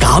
咁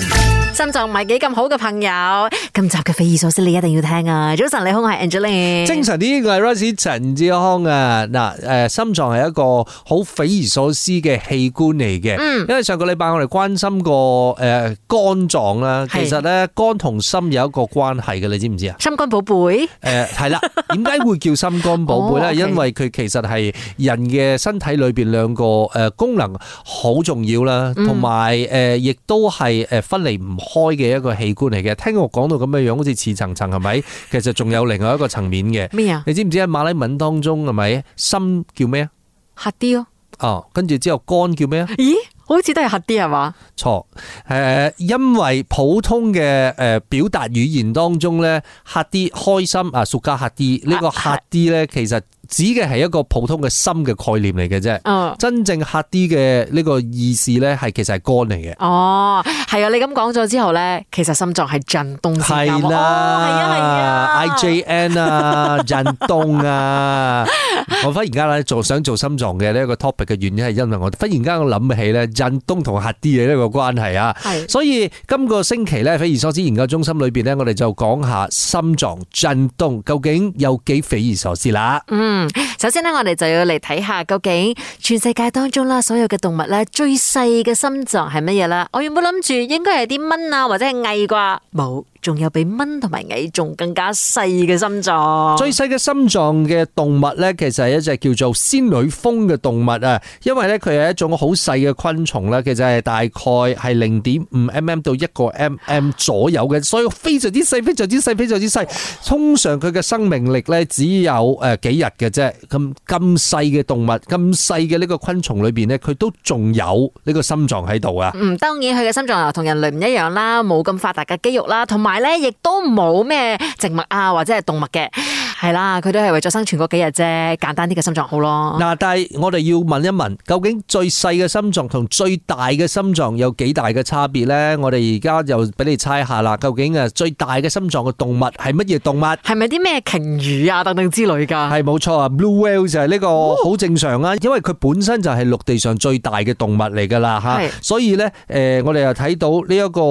心臟唔係幾咁好嘅朋友，今集嘅匪夷所思你一定要聽啊！早晨，你好，我係 Angeline。精神啲嘅 Rosie 陳志康啊，嗱，誒，心臟係一個好匪夷所思嘅器官嚟嘅，嗯因為上個禮拜我哋關心過誒肝臟啦，係其實咧肝同心有一個關係嘅，你知唔知啊？心肝寶貝，誒呃 係啦，點解會叫心肝寶貝哦，OK 咧？因為佢其實係人嘅身體裏邊兩個誒功能好重要啦，嗯同埋誒亦都係誒分離唔開嘅一個器官嚟嘅。聽我講到咁嘅樣，好似似層層係咪？其實仲有另外一個層面嘅。咩啊？你知唔知喺馬拉文當中係咪心叫咩啊？核啲咯？哦，跟住之後肝叫咩啊？咦，好似都係核啲係嘛？錯，誒、因為普通嘅誒、表達語言當中咧，嚇啲開心啊，屬加嚇啲呢個嚇啲咧，其實指嘅係一個普通嘅心嘅概念嚟嘅啫。嗯。真正嚇啲嘅呢個意思咧，係其實係肝嚟嘅。哦，係啊！你咁講咗之後咧，其實心臟係震動先啱係喎哦係啊係啊啦 ，IJN 啊，震動啊，我忽然間咧做想做心臟嘅呢一個 topic 嘅原因係因為我忽然間我諗起咧震動同核啲嘅呢個關係啊，係所以今個星期咧匪夷所思研究中心裏邊咧，我哋就講下心臟震動究竟有幾匪夷所思啦。嗯，首先咧，我哋就要嚟睇下究竟全世界當中啦，所有嘅動物咧最細嘅心臟係乜嘢啦？我原本諗住應該係啲蚊啊，或者係蟻啩，冇，仲有比蚊同埋蟻仲更加細嘅心臟。最細嘅心臟嘅動物咧，其實係一隻叫做仙女蜂嘅動物啊，因為咧佢係一種好細嘅昆蟲啦，其實係大概係零點五 mm 到一個 mm 左右嘅，所以非常之細，非常之細，非常之細。通常佢嘅生命力咧只有誒幾日嘅啫，咁咁細嘅動物，咁細嘅呢個昆蟲裏邊咧，佢都仲有呢個心臟喺度啊。嗯，當然佢嘅心臟又同人類唔一樣啦，冇咁發達嘅肌肉啦，同埋咧亦都冇咩植物啊或者係動物嘅，係啦，佢都係為咗生存嗰幾日啫，簡單啲嘅心臟好咯。嗱，但係我哋要問一問，究竟最細嘅心臟同最大嘅心臟有幾大嘅差別呢？我哋而家又俾你猜下啦，究竟誒啊最大嘅心臟嘅動物係乜嘢動物？係咪啲咩鯨魚啊等等之類㗎？係冇錯啊，blue whale 就係呢個好正常啊，因為佢本身就係陸地上最大嘅動物嚟㗎啦吓係，所以呢，誒我哋又睇到呢一個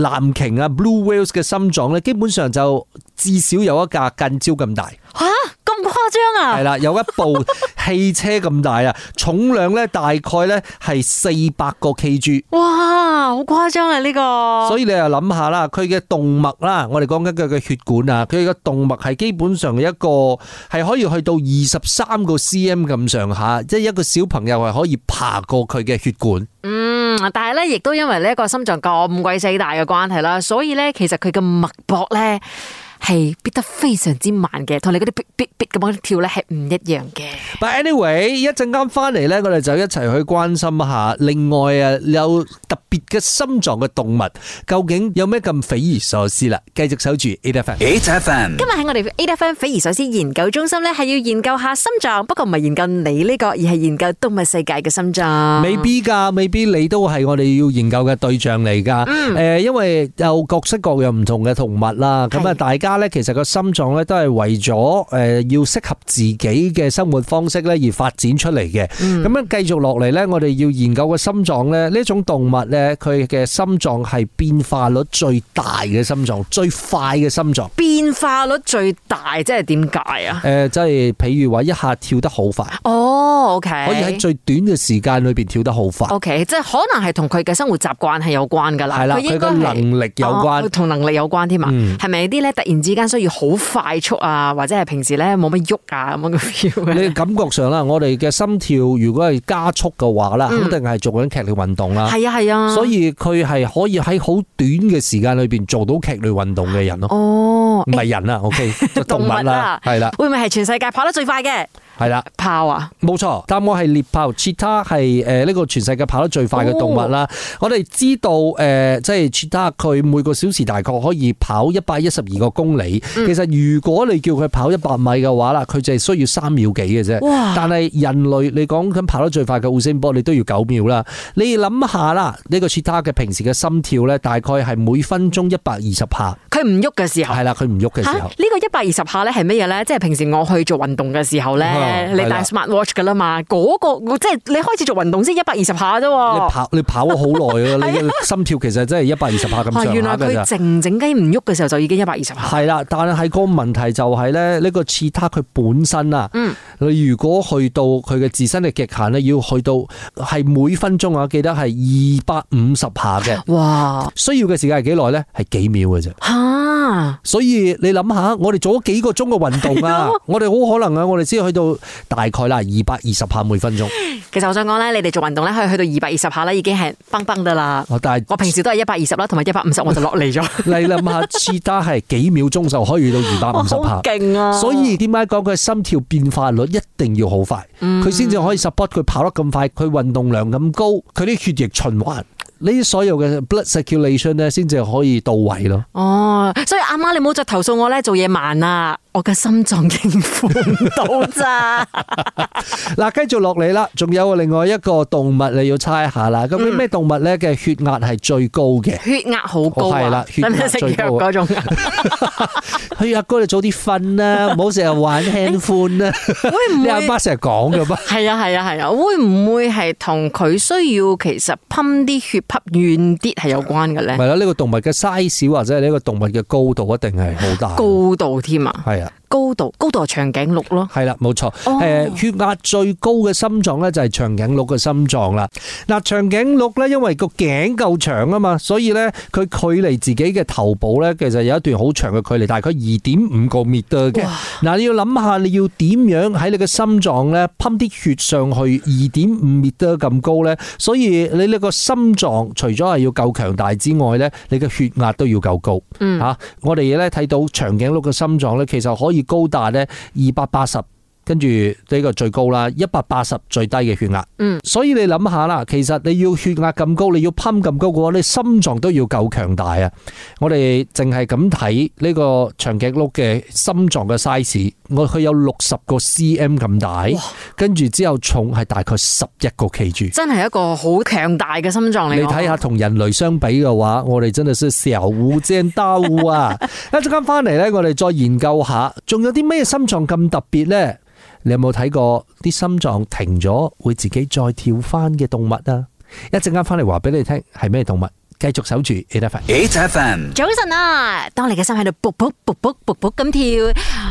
藍鯨啊，blue whales 嘅心臟呢，基本上就至少有一架近焦咁大。吓咁誇張啊 系！啦，有一部汽車咁大啊，重量咧大概咧係四百個 kg，哇，好誇張啊呢個！所以你又諗下啦，佢嘅動脈啦，我哋講緊佢嘅血管啊，佢嘅動脈係基本上一個係可以去到二十三個 cm 咁上下，即係一個小朋友係可以爬過佢嘅血管。嗯，但係咧，亦都因為呢一個心臟咁鬼死大嘅關係啦，所以咧，其實佢嘅脈搏咧係逼得非常之慢嘅，同你嗰啲逼逼逼咁樣跳咧係唔一樣嘅。 But anyway，一陣間翻嚟咧，我哋就一齊去關心一下另外啊有特別嘅心臟嘅動物，究竟有咩咁匪夷所思啦？繼續守住 A F M。 H F M 今日喺我哋 A F M 匪夷所思研究中心咧，係要研究下心臟，不過唔係研究你呢、個，而係研究動物世界嘅心臟。未必㗎，未必你都係我哋要研究嘅對象嚟㗎。誒、嗯因為有各式各樣唔同嘅動物啦，咁啊，係大家咧其實個心臟咧都係為咗誒、要適合自己嘅生活方式咧而發展出嚟嘅。嗯咁樣繼續落嚟咧，我哋要研究嘅心臟咧，呢種動物咧，佢嘅心臟係變化率最大嘅心臟，最快嘅心臟。變化率最大，即係點解啊？誒、即係譬如話一下跳得好快，哦，OK，可以喺最短嘅時間裏邊跳得好快。 O、k 即係可能係同佢嘅生活習慣係有關㗎啦，係啦，應該佢個係能力有關嗯哦。同能力有關添啊，係咪啲咧突然之間需要好快速啊，或者係平時咧冇乜喐啊咁樣嘅 feel 咧？ 你感覺上啦，我哋嘅心跳如果係加速嘅話啦，肯定係做緊劇烈運動嗯啦。係啊係啊，所以佢係可以喺好短嘅時間裏邊做到劇烈運動嘅人咯，哦唔，係人啦，OK，就動物動物啊啦啦，係啦，會唔會係全世界跑得最快嘅係啦，豹啊？冇錯。答案係獵豹 cheetah 係誒呢個全世界跑得最快嘅動物啦。哦我哋知道誒、呃即係 cheetah 佢每個小時大概可以跑一百一十二個公里。嗯其實如果你叫佢跑一百米嘅話啦，佢就係需要三秒幾嘅啫。哇！但係人類你講緊跑得最快嘅 u s a 你都要九秒啦。你諗下啦，呢、個 cheetah 嘅平時嘅心跳咧，大概係每分鐘一百二十下，佢唔喐嘅時候。係啦，佢唔喐嘅嚇時呢候。個一百二十下咧係乜嘢咧？即係平時我去做運動嘅時候咧，咧，你係啊啦戴 smart watch 噶啦嘛，嗰個我即係你開始做運動先一百二十下啫你喎。跑你跑咗好耐㗎啦， 你心跳其實真係一百二十下咁啊上原來下㗎佢咋。靜靜雞唔喐嘅時候就已經一百二十下。係啦，但係個問題就係咧，呢個刺他佢本身啊，嗯你如果去到佢嘅自身嘅極限咧，要去到係每分鐘啊，記得係二百五十下哦嘅，哇！需要嘅時間係幾耐咧？係幾秒嘅啫。吓，所以你諗下，我哋做咗幾個鐘嘅運動 哎啊，我哋好可能啊，我哋先去到大概啦二百二十下每分鐘。其實我想講咧，你哋做運動咧可以去到二百二十下啦，已經係崩崩得啦。啊但係 我平時都係一百二十啦，同埋一百五十我就落嚟咗。你諗下，刺他係幾秒鐘就可以到二百哇五 十下好。勁啊！所以點解講佢心跳變化率一定要好快，嗯佢先至可以 support 佢跑得咁快，佢運動量咁高，佢啲血液循環，呢啲所有嘅 blood circulation 咧，先至可以到位咯。哦，所以阿媽你唔好再投訴我咧，做嘢慢啊，我嘅心臟 應付唔到咋。嗱，繼續落嚟啦，仲有另外一個動物你要猜下啦。究竟嗯咩動物咧嘅血壓係最高嘅？血壓好高哦係啊啦，血壓使唔使食最藥高啊嗰 種啊？血壓高，你早啲 瞓啦，唔好成日玩輕歡啦。會唔你阿會？媽成日講 噶嘛？係啊係啊係啊，會唔會係同佢需要其實噴啲血噴遠啲係有關嘅咧咪？啦，呢個動物嘅 size 或者係呢個動物嘅高度一定係好大。高度添啊，係啊。高度高度係長頸鹿咯。係啦，冇錯。哦誒，呃血壓最高嘅心臟咧就係長頸鹿嘅心臟啦。嗱，長頸鹿咧因為個頸夠長啊嘛，所以咧佢距離自己嘅頭部咧其實有一段好長嘅距離，大概二點五個 meter 嘅。嗱，你要諗下你要點樣喺你嘅心臟咧噴啲血上去二點五 meter 咁高咧，所以你呢個心臟除咗係要夠強大之外咧，你嘅血壓都要夠高。嗯吓、我哋咧睇到長頸鹿嘅心臟咧，其實可以高達咧二百八十。跟住呢個最高啦，一百八十最低嘅血壓。嗯，所以你諗下啦，其實你要血壓咁高，你要噴咁高嘅話，你心臟都要夠強大啊！我哋淨係咁睇呢個長頸鹿嘅心臟嘅 size，我佢有六十個 cm 咁大，跟住之後重係大概十一個 kg。真係一個好強大嘅心臟嚟。你睇下，同人類相比嘅話，我哋真係是小烏正兜啊！ 一陣間翻嚟呢，我哋再研究下，仲有啲咩心臟咁特別呢？你有冇睇過啲心臟停咗會自己再跳翻嘅動物啊？一陣間翻嚟話俾你聽係咩動物，繼續守住 A F M。 8FM, 早晨啊！當你嘅心喺度卜卜卜卜卜卜咁跳，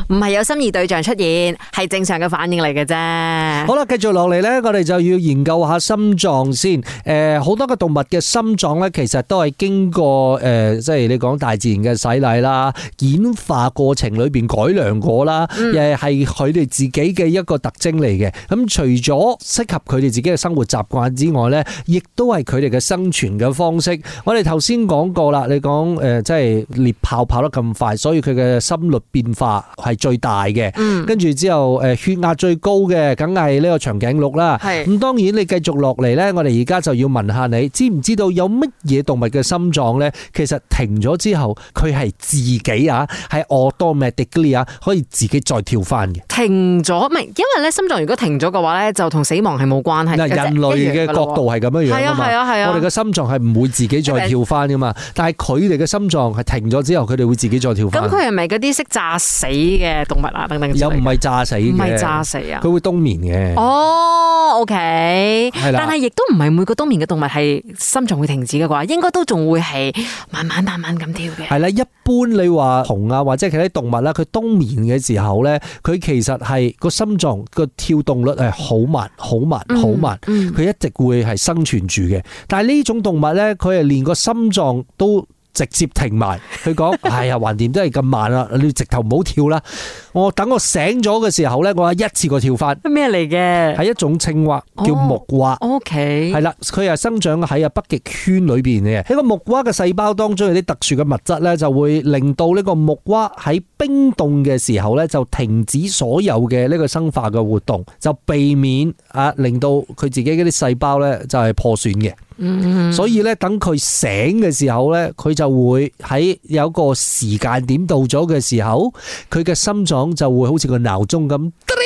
唔係有心儀對象出現，係正常嘅反應嚟嘅啫。好啦，繼續落嚟呢，我哋就要研究下心臟先。诶、好多嘅動物嘅心臟呢，其實都係經過诶、誒即係你講大自然嘅洗禮啦、演化過程裏边改良過啦，誒係佢哋自己嘅一個特徵嚟嘅。咁除咗適合佢哋自己嘅生活習慣之外呢，亦都係佢哋嘅生存嘅方式。我哋頭先講過啦，你講诶、誒即係獵豹跑得咁快，所以佢嘅心率變化係最大嘅。嗯，跟住之後，誒血壓最高嘅，梗係呢個長頸鹿啦。係咁當然你繼續落嚟呢，我哋而家就要問下你，知唔知道有乜嘢動物嘅心臟呢？其實停咗之後，佢係自己啊，係 automatically 啊，可以自己再跳翻嘅。停咗，唔係因為咧心臟如果停咗嘅話咧，就同死亡係冇關係。嗱，人類嘅角度係咁樣樣係噶啊嘛係。啊係啊，我哋嘅心臟係唔會自己再跳翻噶嘛，但係佢哋嘅心臟係停咗之後，佢哋會自己再跳咁翻，佢係咪嗰啲識炸死嘅動物啊？等等之類又嘅唔係炸死嘅，唔係炸死啊？佢會冬眠嘅。哦，OK，係啦但係亦都唔係每個冬眠嘅動物係心臟會停止嘅啩，應該都仲會係慢慢慢慢咁跳嘅。係啦，一般你話熊啊，或者其他動物啦，佢冬眠嘅時候咧，佢其實係個心臟個跳動率係好慢、好慢、好慢，嗯佢一直會係生存住嘅。但係呢種動物咧，佢係連個心臟都直接停埋。佢 講：，哎呀，橫掂都係咁慢啦，你直頭唔好跳啦。我等我醒咗嘅時候咧，我一次過跳翻。咩嚟嘅係一種青蛙叫木哦蛙。 ？OK，係啦，佢係生長喺啊北極圈裏邊嘅。喺個木蛙嘅細胞當中有啲特殊嘅物質咧，就會令到呢個木蛙喺冰凍嘅時候咧，就停止所有嘅呢個生化嘅活動，就避免啊令到佢自己嗰啲細胞咧就係破損嘅。嗯，所以咧，等佢醒嘅時候咧，佢就會喺有一個時間點到咗嘅時候，佢嘅心臟就會好似個鬧鐘咁，叮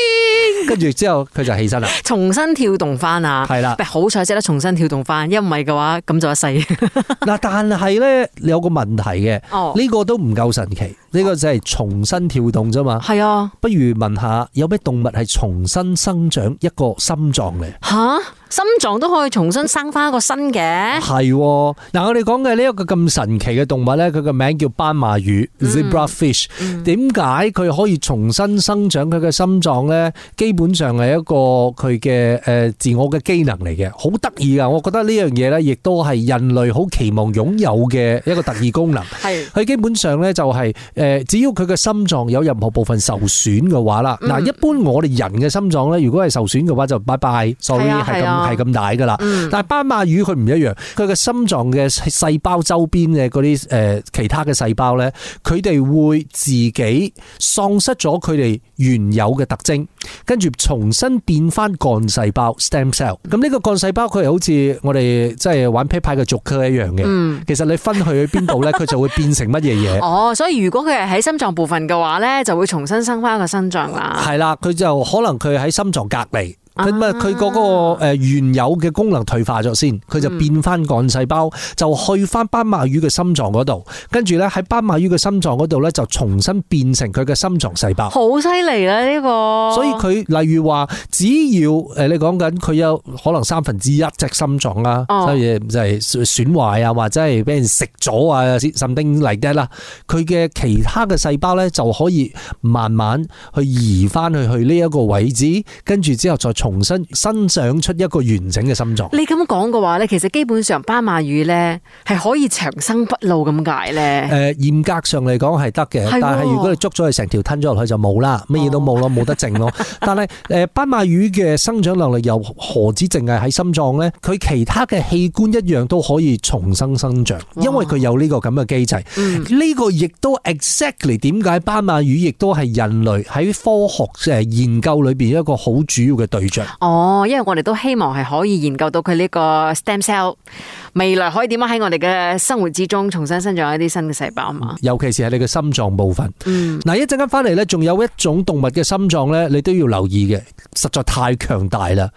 跟住之後佢就起身啦，重新跳動翻啊！係啦喂。好彩識得重新跳動翻，一唔係嘅話咁就一 世。嗱，但係咧有個問題嘅，呢、哦個都唔夠神奇，呢、個只係重新跳動啫嘛。係啊，不如問下有咩動物係重新生長一個心臟嚟？吓心臟都可以重新生翻一個新嘅。係喎嗱，我哋講嘅呢一個咁神奇嘅動物咧，佢個名叫斑馬魚 （zebra fish）。點解佢可以重新生長佢嘅心臟咧？基本上係一個佢嘅誒自我嘅機能嚟嘅，好得意噶。我覺得呢樣嘢咧，亦都係人類好期望擁有嘅一個特異功能。係佢基本上咧就係、誒，只要佢嘅心臟有任何部分受損嘅話啦，嗱、一般我哋人嘅心臟咧，如果係受損嘅話就拜拜，sorry 係啊係係咁啊係咁大噶啦。但係斑馬魚佢唔一樣，佢嘅心臟嘅細胞周邊嘅嗰啲誒其他嘅細胞咧，佢哋會自己喪失咗佢哋原有嘅特徵，跟住重新變翻幹細胞 （stem cell）。咁呢個幹細胞佢係好似我哋即係玩啤牌嘅族科一樣嘅。其實你分去去邊度咧，佢就會變成乜嘢嘢。哦，所以如果佢係喺心臟部分嘅話咧，就會重新生翻一個心臟啦。係啦，佢就可能佢喺心臟隔離，佢咪佢嗰個誒原有嘅功能退化咗先，佢就變翻幹細胞，就去翻斑馬魚嘅心臟嗰度，跟住咧喺斑馬魚嘅心臟嗰度咧就重新變成佢嘅心臟細胞。好犀利啦呢個。所以佢例如話，只要誒你講緊佢有可能三分之一隻心臟啦，哦所以就係損壞啊，或者係俾人食咗啊，甚丁嚟得啦。佢嘅其他嘅細胞咧就可以慢慢去移翻去去呢一個位置，跟住之後再重新生長出一個完整嘅心臟。你咁講嘅話咧，其實基本上斑馬魚咧係可以長生不老咁解誒、咧。嚴格上嚟講係得係嘅喎，哦但係如果你捉咗佢成條吞咗落去就冇啦，乜嘢都冇 咯，冇得剩咯。但係誒、斑馬魚嘅生長能力又何止淨係喺心臟呢？佢其他嘅器官一樣都可以重生生長，哇嗯因為佢有呢個咁嘅機制。呢、個亦都 exactly 點解斑馬魚亦都係人類喺科學誒研究裏邊一個好主要嘅對象。哦，因為我哋都希望係可以研究到佢呢個 stem cell，未來可以點樣喺我哋嘅生活之中重新生長一啲新嘅細胞啊嘛。尤其是係你嘅心臟部分。嗱、一陣間翻嚟咧，仲有一種動物嘅心臟咧，你都要留意嘅，實在太強大啦！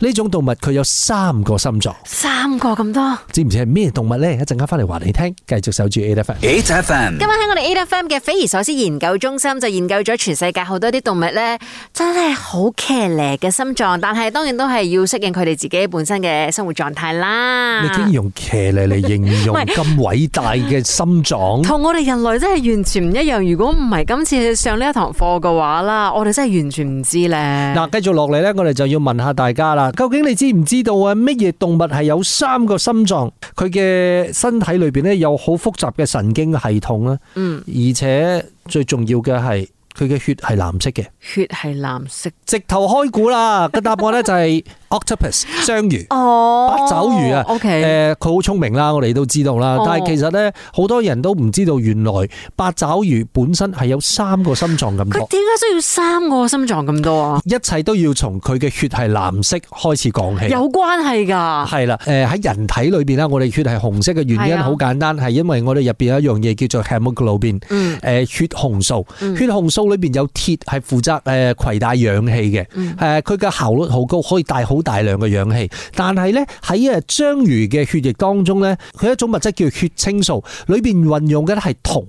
呢種動物佢有三個心臟，三個咁多。知唔知係咩動物咧？一陣間翻嚟話你聽，繼續守住 A F M。 ，H F M 今。日喺我哋 A F M 嘅匪夷所思研究中心就研究咗全世界好多啲動物咧，真係好騎呢嘅心臟，但係當然都係要適應佢哋自己本身嘅生活狀態啦你。竟然用騎呢嚟形容喂咁偉大嘅心臟，同我哋人類真係完全唔一樣。如果唔係今次上呢一堂課嘅話啦，我哋真係完全唔知咧。嗱，繼續落嚟咧，我哋就要問下大家啦，究竟你知唔知道啊？乜嘢動物係有三個心臟？佢嘅身體裏邊咧有好複雜嘅神經系統啦，嗯，而且最重要嘅係佢嘅血係藍色嘅。血係藍色直頭開估啦！個答案咧 就係 octopus 章魚。哦八爪魚啊，O K，誒，佢好聰明啦，我哋都知道啦哦。但係其實咧，好多人都唔知道，原來八爪魚本身係有三個心臟咁佢多。點解需要三個心臟咁多啊？一切都要從佢嘅血係藍色開始講起。有關係㗎，係啦，誒喺人體裏邊咧，我哋血係紅色嘅原啊係因啊好簡單，係因為我哋入邊有一樣嘢叫做 hemoglobin，嗯誒血紅素。血紅素裏邊有鐵係負責誒攜帶氧氣嘅，嗯誒佢嘅效率好高，可以帶好大量嘅氧氣。但係咧喺誒章魚嘅血液當中咧，佢有一種物質叫血清素，裏邊運用嘅咧係銅。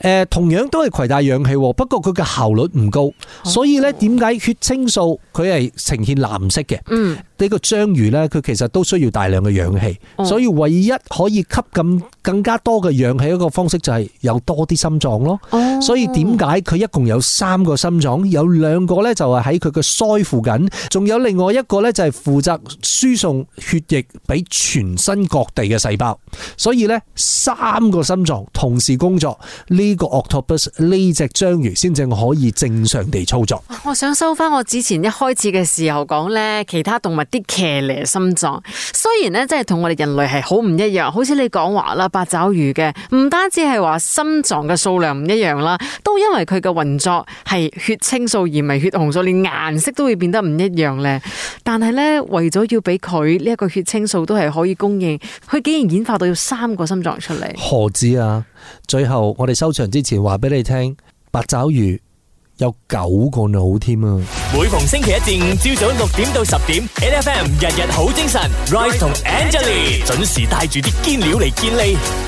誒同樣都係攜帶氧氣喎，不過佢嘅效率唔哦高，所以咧點解血清素佢係呈現藍色嘅？嗯，呢個章魚咧，佢其實都需要大量嘅氧氣，哦所以唯一可以吸咁更加多嘅氧氣一個方式就係有多啲心臟咯。哦所以點解佢一共有三個心臟，有兩個咧就係喺佢嘅腮附近，仲有另外一個咧就係負責輸送血液俾全身各地嘅細胞。所以咧三個心臟同時工作，呢、個 octopus 呢只章魚先至可以正常地操作。我想收翻我之前一開始嘅時候講呢，其他動物啲騎呢心臟，雖然呢，真係同我哋人類係好唔一樣，好似你講話啦，八爪魚嘅唔單止係話心臟嘅數量唔一樣啦，都因為佢嘅運作係血清素而唔係血紅素，連顏色都會變得唔一樣呢。但係呢，為咗要俾佢呢一個血清素都係可以供應，佢竟然演化到要三個心臟出嚟。何止啊！最後我哋收場之前話俾你聽，八爪魚有九個腦添啊！每逢星期一至五朝早六點到十點，N F M 日日好精神，Rise 同 Angelie 準時帶住啲堅料嚟健利。